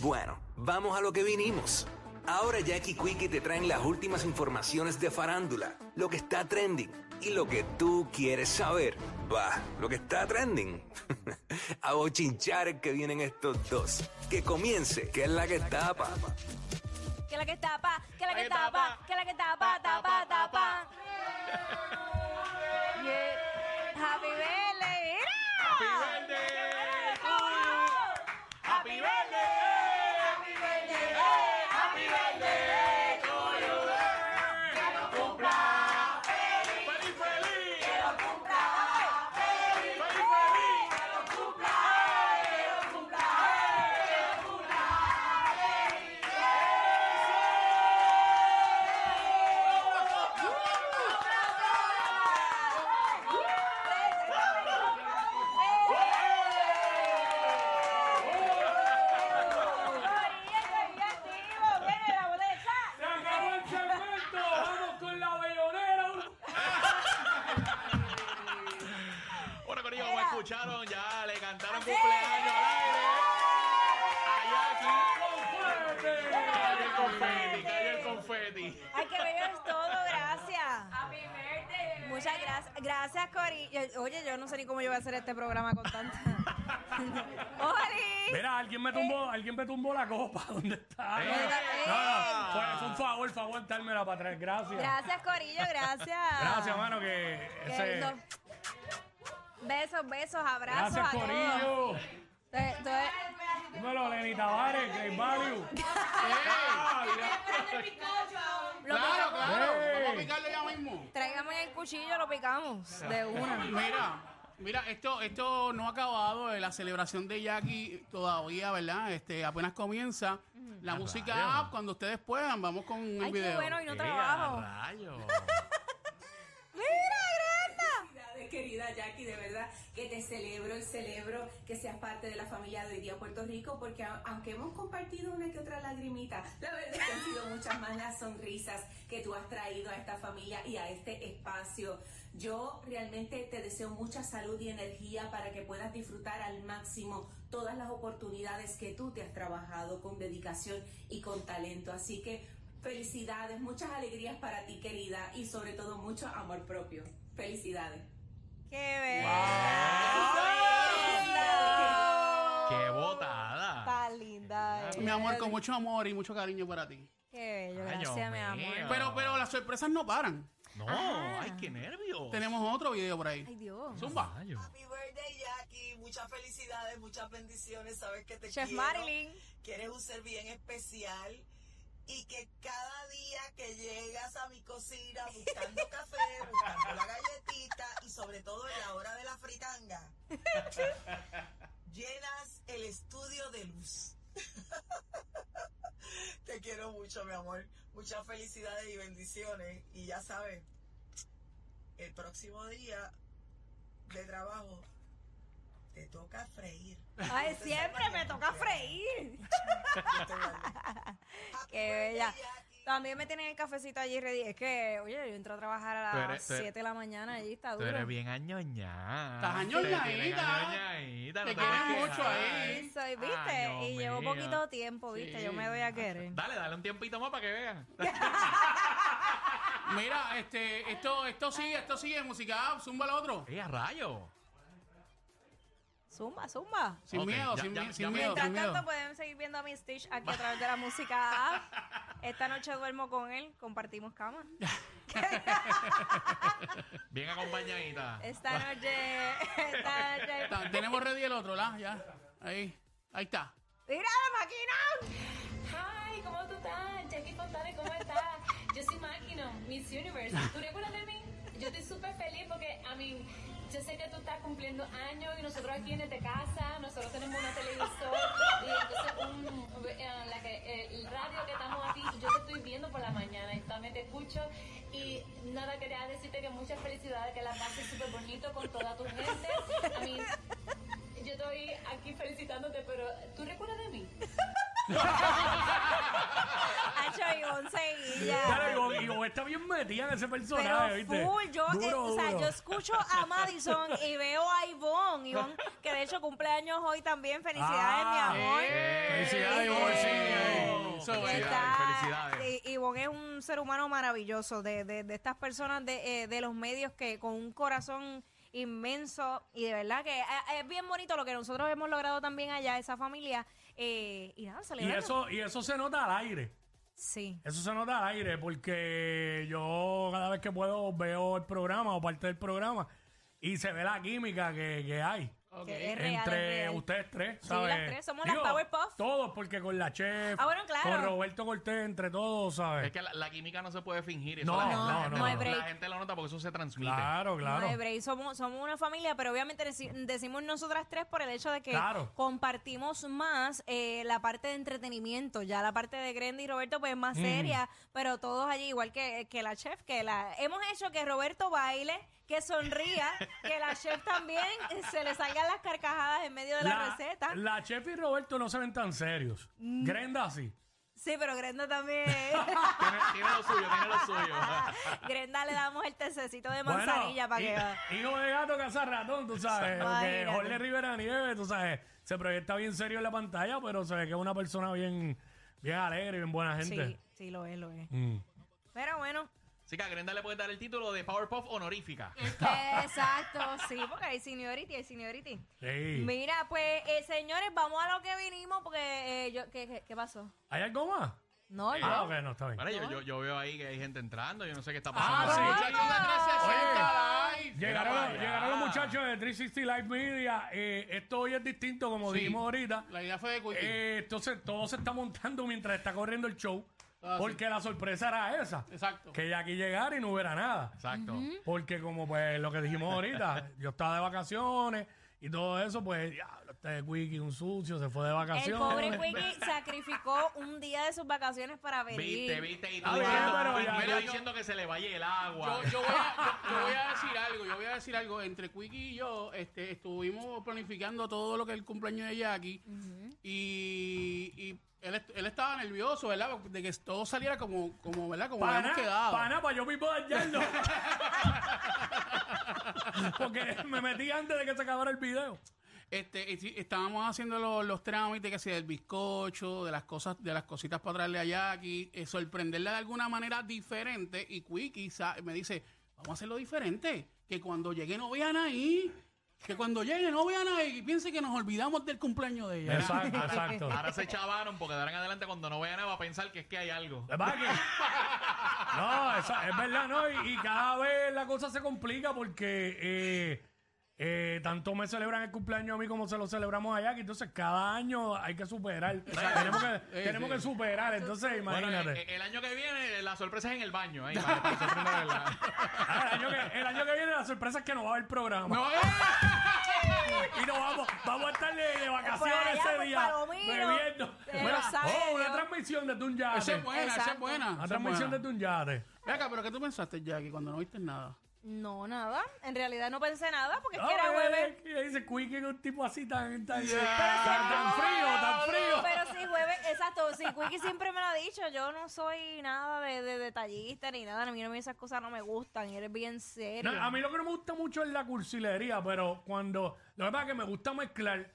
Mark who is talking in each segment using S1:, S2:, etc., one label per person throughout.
S1: Bueno, vamos a lo que vinimos. Ahora Jackie Quickie te traen las últimas informaciones de farándula, lo que está trending y lo que tú quieres saber. Va, lo que está trending. a bochinchar que vienen estos dos. Que comience, que es la que tapa.
S2: Que la que tapa, que la que tapa, que la que tapa, tapa, tapa. Yeah. Happy birthday. Happy birthday to you. Happy birthday.
S3: ¡Se acabó el segmento! ¡Vamos con la bellonera!
S4: Bueno, Corillo, como escucharon, ya le cantaron cumpleaños al aire. Allá aquí. Cayó el confeti, cayó el confeti.
S2: Ay, que bello es todo, gracias. Muchas gracias. Gracias, Cori. Yo- Oye, yo no sé ni cómo yo voy a hacer este programa con tanta. ¡Oli!
S3: Mira, alguien me tumbó, alguien me tumbó la copa. ¿Dónde está? No,
S4: Eh.
S3: no, fue, fue un favor, fue aguantármela para atrás. Gracias.
S2: Gracias, Corillo, gracias.
S3: Gracias, mano, que
S2: Qué
S3: ese-
S2: lindo. Besos, besos, abrazos
S3: Gracias,
S2: a todos.
S3: Corillo.
S2: Te- te-
S3: Dímelo, Lenny Tavares, Great Value.
S2: lo
S5: Claro,
S2: picamos.
S5: claro.
S3: Ey.
S5: Vamos a picarle ya mismo.
S2: Traigamos el cuchillo, lo picamos de una.
S5: Mira, mira, esto, esto no ha acabado. eh, La celebración de Jackie todavía, ¿verdad? Este, apenas comienza. La
S4: Ah,
S5: música app, cuando ustedes puedan, vamos con el
S2: Ay, qué
S5: video.
S2: bueno, y no
S4: ¡Eh,
S2: trabajo.
S4: a rayos!
S2: ¡Mira,
S6: Felicidades, querida Jackie, de verdad que te celebro y celebro que seas parte de la familia de hoy día Puerto Rico, porque a- aunque hemos compartido una que otra lagrimita, la verdad es que han sido muchas más las sonrisas que tú has traído a esta familia y a este espacio. Yo realmente te deseo mucha salud y energía para que puedas disfrutar al máximo todas las oportunidades que tú te has trabajado con dedicación y con talento. Así que felicidades, muchas alegrías para ti, querida, y sobre todo mucho amor propio. Felicidades.
S2: grande! ¡Qué bello!
S4: ¡Qué botada!
S2: Tan linda.
S5: Mi amor, con mucho amor y mucho cariño para ti.
S2: Qué bello,
S4: Ay, Dios
S2: gracias, mi
S4: mío.
S2: amor.
S5: Pero, pero las sorpresas no paran.
S4: No,
S2: Ah.
S4: ay, qué nervios.
S5: Tenemos otro video por ahí.
S2: Ay, Dios.
S5: Zumba.
S4: Rayos.
S7: Happy birthday, Jackie. Muchas felicidades, muchas bendiciones. Sabes que te
S2: Chef
S7: quiero.
S2: Marilyn.
S7: Que eres un ser bien especial y que cada día que llegas a mi cocina buscando café, buscando la galletita y sobre todo en la hora de la fritanga, llenas el estudio de luz. Te quiero mucho, mi amor. Muchas felicidades y bendiciones. Y ya sabes, el próximo día de trabajo te toca freír.
S2: Ay, siempre me toca freír. Qué bella. También me tienen el cafecito allí ready. Es que, oye, yo entro a trabajar
S4: Tú
S2: a las
S4: eres- tú eres-
S2: 7 de la mañana allí, está
S4: Tú
S2: duro.
S4: eres bien añoña.
S5: Estás añoñadita. Te quieres mucho ahí.
S2: Ay, soy, ¿viste?
S4: Ay, Dios
S2: y llevo
S4: mío.
S2: poquito tiempo, ¿viste? Yo me doy a querer.
S4: Dale, dale un tiempito más para que vean.
S5: Mira, este, esto, esto sigue, esto sigue. Música app, zumba el otro.
S4: ¡Ey, a rayos!
S2: Zumba, zumba.
S5: Sin
S4: Ok,
S5: miedo,
S4: ya-
S5: sin,
S4: ya-
S5: mi-
S4: ya
S5: sin
S4: me-
S5: miedo, sin
S2: Mientras
S5: miedo.
S2: tanto, pues. pueden seguir viendo a mi Stitch aquí a través de la música app. Esta noche duermo con él, compartimos cama.
S4: Bien acompañadita.
S2: Esta noche. Esta noche.
S5: Ta- Tenemos ready el otro, ¿la? Ya. Ahí. Ahí está.
S2: ¡Mira la máquina!
S8: Hi, ¿cómo tú estás? Jackie Fontana, ¿cómo estás? Yo soy Máquina, Miss Universe. ¿Tú recuerdas de mí? Yo estoy súper feliz porque, a mí, yo sé que tú estás cumpliendo años y nosotros aquí en esta casa, nosotros tenemos una televisor y entonces eh, siempre te escucho. Y nada, quería decirte que muchas felicidades, que la pases súper bonito con toda tu gente. A mí, yo estoy aquí felicitándote, pero ¿tú recuerdas de mí?
S2: Hacho, y once guillas.
S3: Claro, y Ivonne está bien metida en ese personaje,
S2: Pero
S3: ¿viste?
S2: full, yo, eh,
S3: Duro,
S2: o sea,
S3: duro.
S2: yo escucho a Madison y veo a Ivonne, Ivonne, que de hecho cumpleaños hoy también, felicidades
S3: Ah,
S2: mi amor.
S3: Felicidades, Ivonne, sí. eh.
S5: Eso
S2: Y
S5: es.
S2: está-
S4: felicidades.
S2: y- Ivonne es un ser humano maravilloso, de, de- de estas personas de, eh, de los medios que con un corazón inmenso y de verdad que eh, es bien bonito lo que nosotros hemos logrado también allá, esa familia. eh, y nada,
S3: Y
S2: celebrando.
S3: eso, y eso se nota al aire.
S2: Sí.
S3: Eso se nota al aire porque yo cada vez que puedo veo el programa o parte del programa y se ve la química que, que hay.
S2: que es real, es
S3: Entre
S2: real.
S3: ustedes tres,
S2: Sí,
S3: ¿sabes?
S2: las tres, somos las Powerpuff.
S3: Todos, porque con la chef,
S2: Ah, bueno, claro.
S3: con Roberto Cortés, entre todos, ¿sabes?
S4: Es que la, la química no se puede fingir. eso
S3: No,
S4: la gente-
S3: no,
S4: la gente
S3: no,
S2: no.
S4: La gente lo nota porque eso se transmite.
S3: Claro, claro.
S2: No, Ebrey, somos, somos una familia, pero obviamente deci- decimos nosotras tres por el hecho de que
S3: Claro.
S2: compartimos más eh, la parte de entretenimiento, ya la parte de Grenda y Roberto pues es más seria, pero todos allí, igual que, que la chef, que la hemos hecho que Roberto baile, que sonría, que la chef también eh, se le salgan las carcajadas en medio de la, receta. Mm.
S3: la chef y Roberto no se ven tan serios. Grenda sí.
S2: Sí, pero Grenda también.
S4: Tiene, tiene lo suyo, tiene lo suyo.
S2: Grenda le damos el tececito de
S3: Bueno,
S2: manzanilla para
S3: hi-
S2: que... va.
S3: Hijo de gato, casa ratón, tú sabes. Porque
S2: Imagínate.
S3: Jorge Rivera Nieves, tú sabes, se proyecta bien serio en la pantalla, pero se ve que es una persona bien, bien alegre, bien buena gente.
S2: Sí, sí, lo es, lo es.
S3: Mm.
S2: Pero bueno.
S4: Así que a Grenda le puede dar el título de Powerpuff honorífica.
S2: Exacto, sí, porque hay seniority, hay seniority.
S3: Sí.
S2: Mira, pues, eh, señores, vamos a lo que vinimos, porque eh, yo, ¿qué, qué, qué pasó?
S3: ¿Hay algo más?
S2: No, yo.
S3: Ah, ok, no, está bien.
S4: Ahora yo, yo, yo veo ahí que hay gente entrando, yo no sé qué está
S3: Ah,
S4: pasando.
S3: sí.
S4: ahí.
S5: Muchachos de 360 Live.
S3: Llegaron,
S4: Mira
S3: los-
S4: para allá.
S3: llegaron los muchachos de 360 Live Media. eh, esto hoy es distinto, como
S5: Sí.
S3: dijimos ahorita.
S5: La idea fue de Quickie.
S3: Eh, entonces todo se está montando mientras está corriendo el show.
S5: Ah, sí.
S3: porque la sorpresa era esa.
S5: Exacto.
S3: Que ya aquí llegara y no hubiera nada.
S4: Exacto.
S3: Porque como pues lo que dijimos ahorita, yo estaba de vacaciones y todo eso, pues diablo, este Wiki, un sucio, se fue de
S2: El
S3: vacaciones.
S2: pobre Quickie sacrificó un día de sus vacaciones para venir.
S4: Viste, viste, y tú
S3: Ah, bien,
S4: diciendo,
S3: pero
S4: y
S3: ya,
S4: Melo
S3: ya,
S4: diciendo que se le vaya el agua.
S5: Yo, yo voy a, yo- yo voy a decir algo, yo voy a decir algo. Entre Quickie y yo este, estuvimos planificando todo lo que es el cumpleaños de Jackie y, y él, est- él estaba nervioso, ¿verdad? De que todo saliera como, como ¿verdad? Como
S3: Para
S5: habíamos
S3: nada,
S5: quedado.
S3: para nada, para yo mismo dañarlo. Porque me metí antes de que se acabara el video.
S5: Este, y sí, estábamos haciendo los, los trámites, que sea del bizcocho, de las cosas, de las cositas para traerle a Jackie, eh, sorprenderla de alguna manera diferente. Y Quickie sa- me dice, vamos a hacerlo diferente, que cuando llegue no vean ahí, que cuando llegue no vean ahí, y piense que nos olvidamos del cumpleaños de ella.
S3: Exacto, exacto.
S4: Ahora se chavaron porque de ahora en adelante cuando no vean nada va a pensar que es que hay algo.
S3: Es verdad que- No, esa- es verdad, ¿no? Y, y cada vez la cosa se complica porque eh, eh, tanto me celebran el cumpleaños a mí como se lo celebramos allá, que entonces cada año hay que superar. O sea, tenemos que, tenemos
S5: sí.
S3: que superar, entonces
S4: Bueno,
S3: imagínate.
S4: eh, eh, el año que viene la sorpresa es en el baño. Ahí, para- para sorprenderla.
S3: Ah, el, año que, el año que viene la sorpresa es que no va a haber programa.
S5: No, eh,
S3: Y nos vamos, vamos a estar de, de vacaciones
S2: Por allá, pues,
S3: ese
S2: por
S3: día.
S2: Palomino,
S3: bebiendo.
S2: de
S3: Mira,
S2: los sabios.
S3: oh, una transmisión desde un
S5: esa
S3: yate.
S5: es buena, esa es
S2: Exacto.
S5: buena. esa
S3: Una
S5: es
S3: transmisión
S5: buena.
S3: desde un yate.
S5: Ven acá, pero ¿qué tú pensaste, Jackie, cuando no viste nada?
S2: No, nada. En realidad no pensé nada, porque es que era jueves.
S3: Ay, Y ahí dice Quick es un tipo así tan, tan,
S5: Yeah.
S3: tan- tan frío, tan frío.
S2: Pero sí, jueves, exacto, sí, Quickie siempre me lo ha dicho, yo no soy nada de, de detallista ni nada, a mí no me- esas cosas no me gustan, y eres bien serio.
S3: No, ah, a mí lo que no me gusta mucho es la cursilería, pero cuando. Lo que pasa es que me gusta mezclar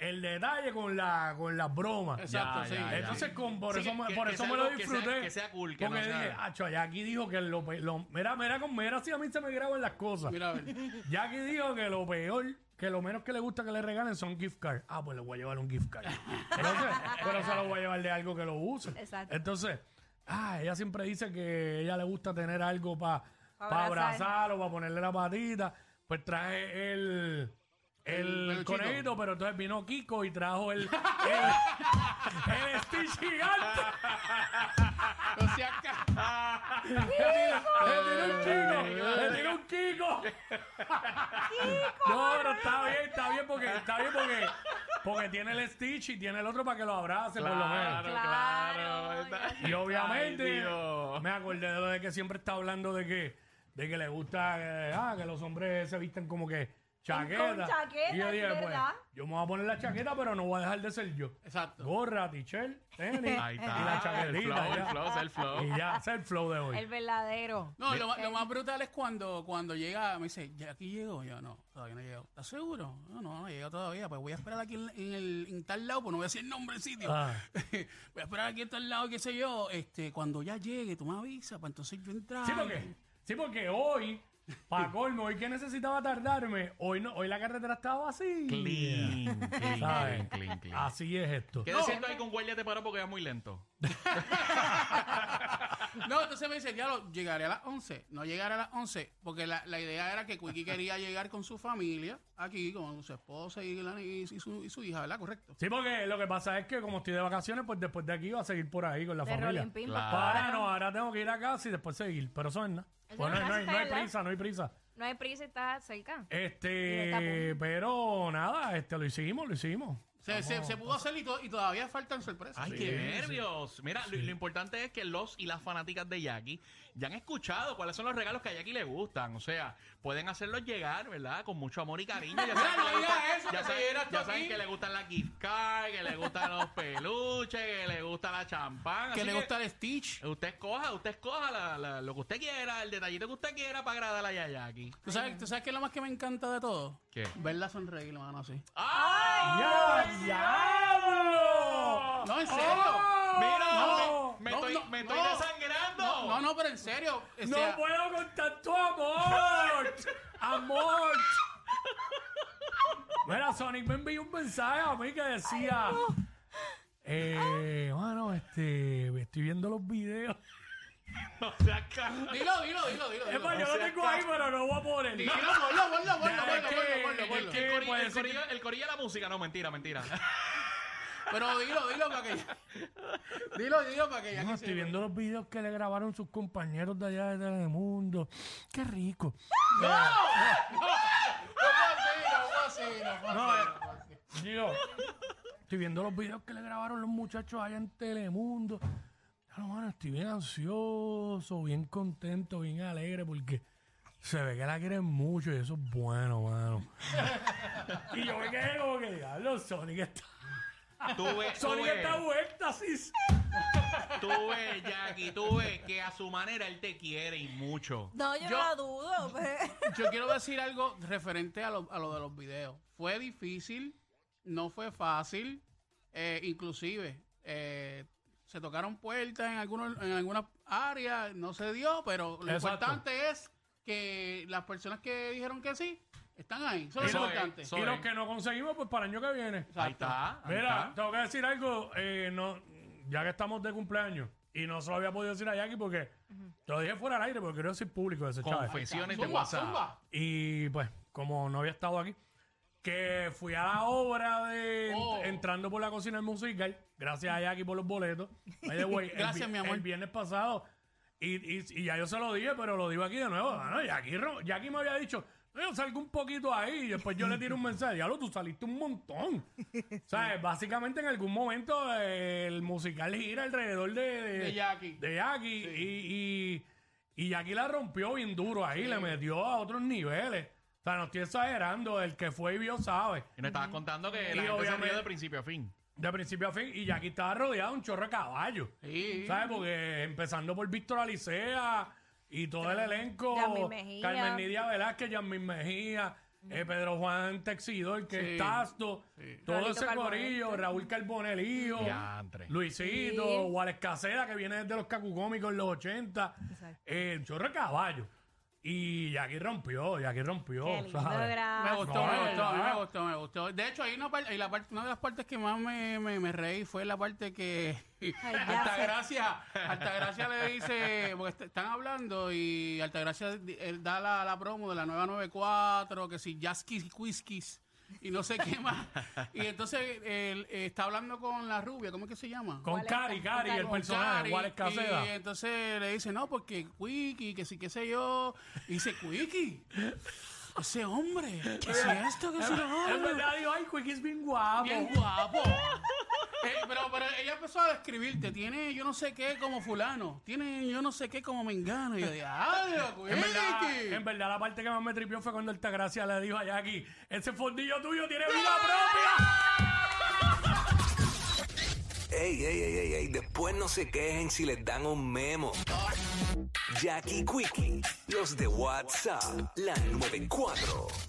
S3: el detalle con la con las bromas.
S5: Exacto, sí.
S4: ya, ya.
S3: Entonces, con, por
S4: Sí,
S3: eso,
S4: que-
S3: me,
S4: que-
S3: por
S4: que
S3: eso
S4: sea
S3: me lo
S4: algo que sea-
S3: disfruté.
S4: que sea cool, que
S3: porque
S4: no sea-
S3: dije, acho, Jackie dijo que lo, pe- lo- Mira, mira, con mira, si a mí se me graban las cosas.
S5: Mira, a ver.
S3: Jackie dijo que lo peor, que lo menos que le gusta que le regalen son gift cards. Ah, pues le voy a llevar un gift card. Entonces, pero se lo voy a llevar de algo que lo use.
S2: Exacto.
S3: Entonces, ah, ella siempre dice que ella le gusta tener algo para
S2: Pa' abrazar.
S3: abrazar o para ponerle la patita. Pues traje el. El,
S5: peluchito.
S3: conejito, pero entonces vino Kiko y trajo el. el, el Stitch gigante.
S5: O sea, acá-
S3: Le tiró un chico. Le tiró un Kiko. no. No, pero está bien, está bien porque, está bien porque, porque tiene el Stitch y tiene el otro para que lo abrace por lo menos.
S2: Claro,
S3: Y obviamente
S4: Ay, Dios.
S3: me acordé de lo de que siempre está hablando de que, de que le gusta eh, ah, que los hombres se vistan como que chaqueta.
S2: Con chaqueta,
S3: y yo
S2: es
S3: dije, pues,
S2: verdad.
S3: yo me voy a poner la chaqueta, pero no voy a dejar de ser yo.
S5: Exacto.
S3: Gorra, t-shirt, tenis
S4: Ahí
S3: y
S4: está.
S3: la
S4: el
S3: chaquetita.
S4: flow, el
S3: ya.
S4: flow, el flow.
S3: Y ya, ese es el flow de
S2: El
S3: hoy.
S2: verdadero.
S5: No, lo, ma- lo más brutal es cuando, cuando llega, me dice, ¿ya aquí llego? Yo, no, todavía no llego. ¿Estás seguro? No, no, no llego todavía. Pues voy a esperar aquí en, en el, en tal lado, pues no voy a decir el nombre del sitio.
S3: Ah.
S5: voy a esperar aquí en tal lado, qué sé yo. Este, cuando ya llegue, tú me avisas, para entonces yo entrar.
S3: Sí, porque, sí, porque hoy, para colmo, hoy que necesitaba tardarme, hoy no, hoy la carretera estaba vacía.
S4: Clean, clean,
S3: ¿Sabes?
S4: clean, clean, clean.
S3: Así es esto.
S4: ¿Qué decir ahí con guardia te paró porque vas muy lento?
S5: No, entonces me dice, ya lo, llegaré a las 11. No llegaré a las 11, porque la, la idea era que Quickie quería llegar con su familia aquí, con su esposa y, la- y su, y su hija, ¿verdad? Correcto.
S3: Sí, porque lo que pasa es que como estoy de vacaciones, pues después de aquí iba a seguir por ahí con la
S2: De
S3: familia.
S2: Rolling Pin,
S4: Claro.
S2: papá.
S3: Ahora no, ahora tengo que ir a casa y después seguir, pero eso es nada.
S2: Eso
S3: Bueno,
S2: no
S3: no, hay,
S2: pasa,
S3: no hay
S2: ¿verdad?
S3: prisa, no hay prisa.
S2: No hay prisa, está cerca.
S3: Este, pero nada, este lo hicimos, lo hicimos.
S5: Se, se- se pudo hacer y, to- y todavía faltan sorpresas.
S4: Ay, qué nervios. Mira, lo, lo importante es que los y las fanáticas de Jackie ya han escuchado cuáles son los regalos que a Jackie le gustan. O sea, pueden hacerlos llegar, ¿verdad? Con mucho amor y cariño. Ya
S5: Mira,
S4: que
S5: no
S4: le
S5: digas
S4: gustan-
S5: eso,
S4: ya
S5: que
S4: saben-
S5: te viene hasta
S4: ya saben
S5: aquí.
S4: que le gustan las gift cards, que le gustan los peluches, que le gusta la champán.
S5: Que
S4: Así
S5: le gusta el Stitch.
S4: Usted escoja, usted escoja la- la- lo que usted quiera, el detallito que usted quiera para agradar a Jackie.
S5: ¿Tú sabes, ¿Tú sabes qué es lo más que me encanta de todo?
S4: ¿Qué?
S5: Verla sonreír, mano, así.
S4: ¡Ay!
S3: ¡Ya, diablo!
S5: No, en serio.
S3: ¡Oh!
S4: Mira,
S5: No,
S4: me, me
S5: no,
S4: estoy,
S5: no,
S4: me estoy
S5: no.
S4: desangrando.
S5: No, no, no, pero en serio. o
S3: ¡No
S5: sea,
S3: puedo con tanto amor! ¡Amor! Mira, Sonic me envió un mensaje a mí que decía... Eh, bueno, este, estoy viendo los videos.
S4: No seas ca-
S5: Dilo, dilo, dilo, dilo.
S3: Es
S5: dilo.
S3: más, yo lo tengo ahí, pero no voy a poner.
S5: Dilo, ponlo, ponlo, ponlo,
S3: Ya, es
S5: ponlo,
S3: que-
S5: ponlo, ponlo,
S3: es
S5: ponlo.
S3: que-
S4: El corillo-
S3: puede
S4: el
S3: ser que-
S4: corillo- el corillo de la música, no, mentira, mentira.
S5: Pero dilo, dilo para que. Dilo, dilo para que ya.
S3: No,
S5: que
S3: estoy
S5: se-
S3: viendo los videos que le grabaron sus compañeros de allá de Telemundo. Qué rico.
S5: No puedo así, no puedo así, no puedo así, no puedo así.
S3: Yo, estoy viendo los videos que le grabaron los muchachos allá en Telemundo. Ya, mano, estoy bien ansioso, bien contento, bien alegre porque se ve que la quieren mucho y eso es bueno, mano. y yo me quedé como que, diablo, Sonic está...
S4: Tuve,
S3: Sonic está vuelta, sí. sí.
S4: tuve, Jackie, tuve que a su manera él te quiere y mucho.
S2: No, yo,
S5: Yo-
S2: no la dudo. pues. pero-
S5: Yo quiero decir algo referente a lo, a lo de los videos. Fue difícil, no fue fácil, eh, inclusive eh, se tocaron puertas en algunos en algunas áreas, no se dio, pero lo
S3: Exacto.
S5: importante es que las personas que dijeron que sí están ahí. Eso es
S4: Eso
S5: lo
S4: es,
S5: importante.
S4: eso
S3: Y
S4: Sonic.
S3: los que no conseguimos, pues para el año que viene.
S4: Ahí está. ahí
S3: Mira,
S4: está.
S3: tengo que decir algo, eh, no, ya que estamos de cumpleaños, y no se lo había podido decir a Jackie porque te lo dije fuera al aire, porque quiero decir público ese chaval.
S4: confesiones de
S5: Zumba,
S4: WhatsApp.
S5: zumba.
S3: Y pues, como no había estado aquí, que fui a la obra de
S5: Oh.
S3: entrando por la cocina del musical, gracias a Jackie por los boletos. By the way, el vi-
S5: Gracias, mi amor.
S3: El viernes pasado, y, y- y ya yo se lo dije, pero lo digo aquí de nuevo. Bueno, Jackie, ro- Jackie me había dicho, "No, yo salgo un poquito ahí, y después yo le tiro un mensaje, diablo, tú saliste un montón. ¿Sabes? Básicamente en algún momento eh, el musical gira alrededor de,
S5: De Jackie.
S3: de Jackie y, y, y Jackie la rompió bien duro ahí, le metió a otros niveles. O sea, no estoy exagerando, el que fue y vio sabe.
S4: Y nos estabas contando que la
S3: Mm.
S4: gente
S3: Y
S4: se
S3: obviamente-
S4: rió de principio a fin.
S3: De principio a fin, y Jackie estaba rodeado de un chorro de caballos.
S5: Sí.
S3: ¿Sabes? Porque empezando por Víctor Alicea y todo el elenco.
S2: Yasmín Mejía.
S3: Carmen Nidia Velázquez, Yasmín Mejía, eh, Pedro Juan Texidor, que
S5: Sí.
S3: es Tasto, todo
S2: Raulito
S3: ese
S2: Carbonell.
S3: corillo, Raúl Carbonel, hijo,
S4: Diantre.
S3: Luisito,
S2: Sí.
S3: Wales Casera, que viene desde los cacucómicos en los 80, eh, un chorro de caballo. Y Jackie rompió, Jackie rompió,
S2: Qué lindo,
S3: ¿sabes?
S5: Me
S2: gracias.
S5: gustó,
S3: No,
S5: me
S3: de
S5: gustó, a mí me
S3: verdad.
S5: gustó, me gustó. De hecho, hay una, par- y la parte, una de las partes que más me, me, me reí fue la parte que
S2: ya
S5: Altagracia, Altagracia le dice, porque est- están hablando eh, y Altagracia di- él da la, la promo de la nueva 94, que si Jaskis y Whiskies. y no sé qué más. Y entonces él, eh, está hablando con la rubia, ¿cómo es que se llama?
S3: Con
S2: Wallace-
S3: Cari,
S2: con
S3: Cari,
S2: Cari.
S3: el
S5: Con
S3: personaje,
S5: Cari, eh,
S3: Juárez Caseda.
S5: Y entonces le dice, no, porque Quickie, que sí, qué sé yo. Y dice, Quickie, ese hombre, que si esto, que si lo
S3: Es
S5: otro.
S3: verdad, digo, ay, Quick es bien guapo.
S5: Bien guapo. Eh, pero, pero ella empezó a describirte. Tiene yo no sé qué como fulano. Tiene yo no sé qué como mengano. Y yo dije, ¡ay, Dios,
S3: En verdad,
S5: Quickie!
S3: en verdad, la parte que más me tripió fue cuando Altagracia le dijo a Jackie, ese fondillo tuyo tiene vida propia.
S1: Ey, ey, ey, ey, ey, después no se quejen si les dan un memo. Jackie Quickie, los de WhatsApp, la 94.